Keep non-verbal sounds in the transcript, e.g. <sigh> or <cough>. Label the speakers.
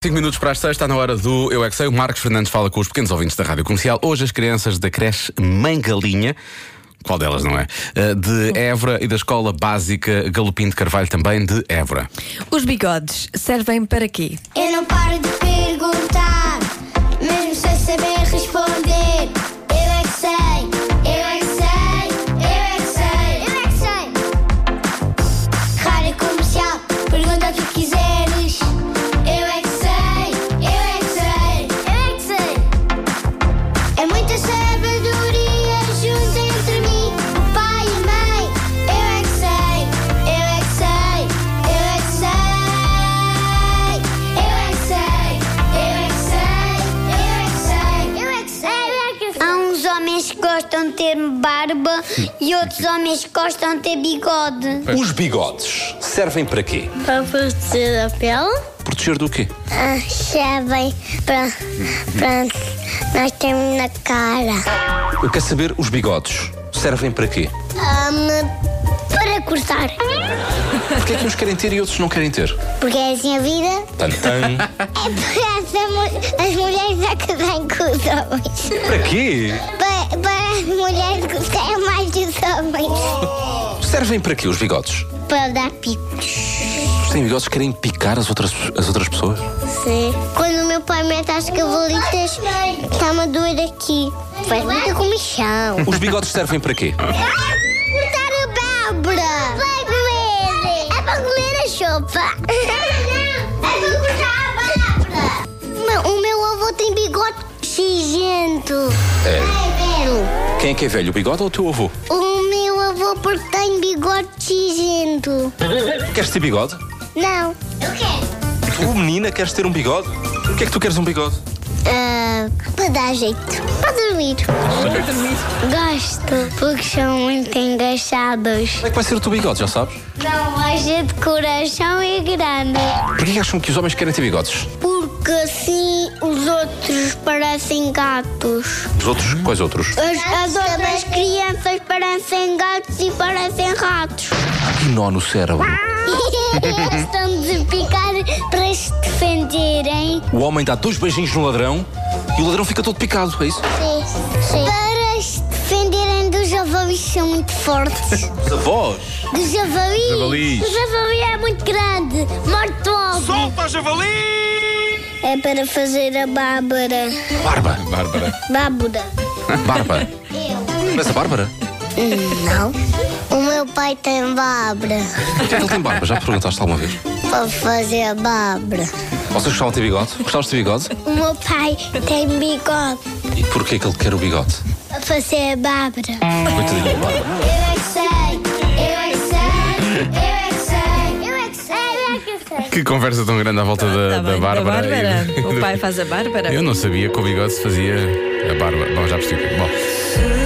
Speaker 1: 5 minutos para as 6, está na hora do Eu é que sei. O Marcos Fernandes fala com os pequenos ouvintes da Rádio Comercial. Hoje as crianças da creche Mãe Galinha, qual delas não é? Eh, De Évora e da Escola Básica Galopim de Carvalho também de Évora.
Speaker 2: Os bigodes servem para quê?
Speaker 3: Eu não paro de perguntar, mesmo sem saber responder. Eu é que sei, eu é que sei, eu é que sei, eu é que sei. Rádio comercial, pergunta o que quiseres. Eu é que sei, eu é que sei, eu é que sei. É muita sabedoria junto entre mim, o pai e a mãe. Eu é que sei, eu é que sei, eu é que sei. Eu é que sei, eu é que sei, eu é que sei, eu é que sei. Há uns homens que gostam de ter barba e outros homens que gostam de ter bigode.
Speaker 4: Os bigodes servem para quê?
Speaker 3: Para proteger a pele?
Speaker 4: Proteger do quê?
Speaker 3: Ah, Servem para, para nós termos na cara.
Speaker 4: Eu quero saber, os bigodes servem para quê?
Speaker 3: para cortar.
Speaker 4: Porquê é que uns querem ter e outros não querem ter?
Speaker 3: Porque é assim a vida.
Speaker 4: <laughs> Tantan.
Speaker 3: É para as, mulheres a casarem com os homens.
Speaker 4: Para quê?
Speaker 3: Para, as mulheres gostarem mais dos homens.
Speaker 4: Servem para quê os bigodes?
Speaker 3: Para dar picos.
Speaker 4: Os sem bigodes querem picar as outras, as outras pessoas?
Speaker 3: Sim. Quando o meu pai mete as cavalitas, está-me a doer aqui. Faz muita comichão.
Speaker 4: Os bigodes servem para quê?
Speaker 3: cortar a abóbora. Vai comer. É para comer a sopa. <laughs> Não, é para cortar a abóbora. O meu avô tem bigode cinzento.
Speaker 4: É.
Speaker 3: belo.
Speaker 4: Quem é que é velho, o bigode ou o teu avô?
Speaker 3: O meu avô porque tem bigode cinzento.
Speaker 4: Queres ter bigode?
Speaker 3: Não. Eu quero.
Speaker 4: Tu, menina, queres ter um bigode? O que é que tu queres um bigode?
Speaker 3: Ah, para dar jeito. Para dormir. Gosto, porque são muito engraçados.
Speaker 4: Como é que vai ser o teu bigode, já sabes?
Speaker 3: Não, hoje de coração é grande.
Speaker 4: Porquê que acham que os homens querem ter bigodes?
Speaker 3: Porque assim os outros parecem gatos.
Speaker 4: Os outros, quais outros?
Speaker 3: As, as outras crianças parecem gatos e parecem <laughs> ratos.
Speaker 4: Que nó no cérebro.
Speaker 3: Estão de picar para se defenderem.
Speaker 4: O homem dá dois beijinhos no ladrão e o ladrão fica todo picado, é isso?
Speaker 3: Sim, sim. Para se defenderem dos javalis são muito fortes.
Speaker 4: Os avós.
Speaker 3: Dos javalis.
Speaker 1: Javalis.
Speaker 3: O javali é muito grande. Morte logo. Solta o javali! É para fazer a Bárbara.
Speaker 4: Barba.
Speaker 1: Bárbara.
Speaker 3: Bárbara.
Speaker 4: Barba.
Speaker 3: Eu.
Speaker 4: Parece a Bárbara.
Speaker 3: Não. O meu pai tem Bárbara.
Speaker 4: Porquê que ele tem barba? Já perguntaste alguma vez?
Speaker 3: Para fazer a Bárbara.
Speaker 4: Vocês gostavam de ter bigode? Gostavas de ter bigode?
Speaker 3: O meu pai tem bigode.
Speaker 4: E porquê que ele quer o bigode?
Speaker 3: Para fazer a Bárbara.
Speaker 4: Coitadinho,
Speaker 3: Eu
Speaker 4: Bárbara.
Speaker 3: é que sei. Eu é que sei. Eu é que sei. Eu é que sei. Eu é que sei.
Speaker 1: Que conversa tão grande à volta Ah, da,
Speaker 2: Tá
Speaker 1: da
Speaker 2: bem,
Speaker 1: Bárbara.
Speaker 2: Bárbara.
Speaker 1: e-
Speaker 2: O pai faz a Bárbara.
Speaker 1: Eu não sabia que o bigode se fazia a Bárbara. Bom, já percebi. Bom.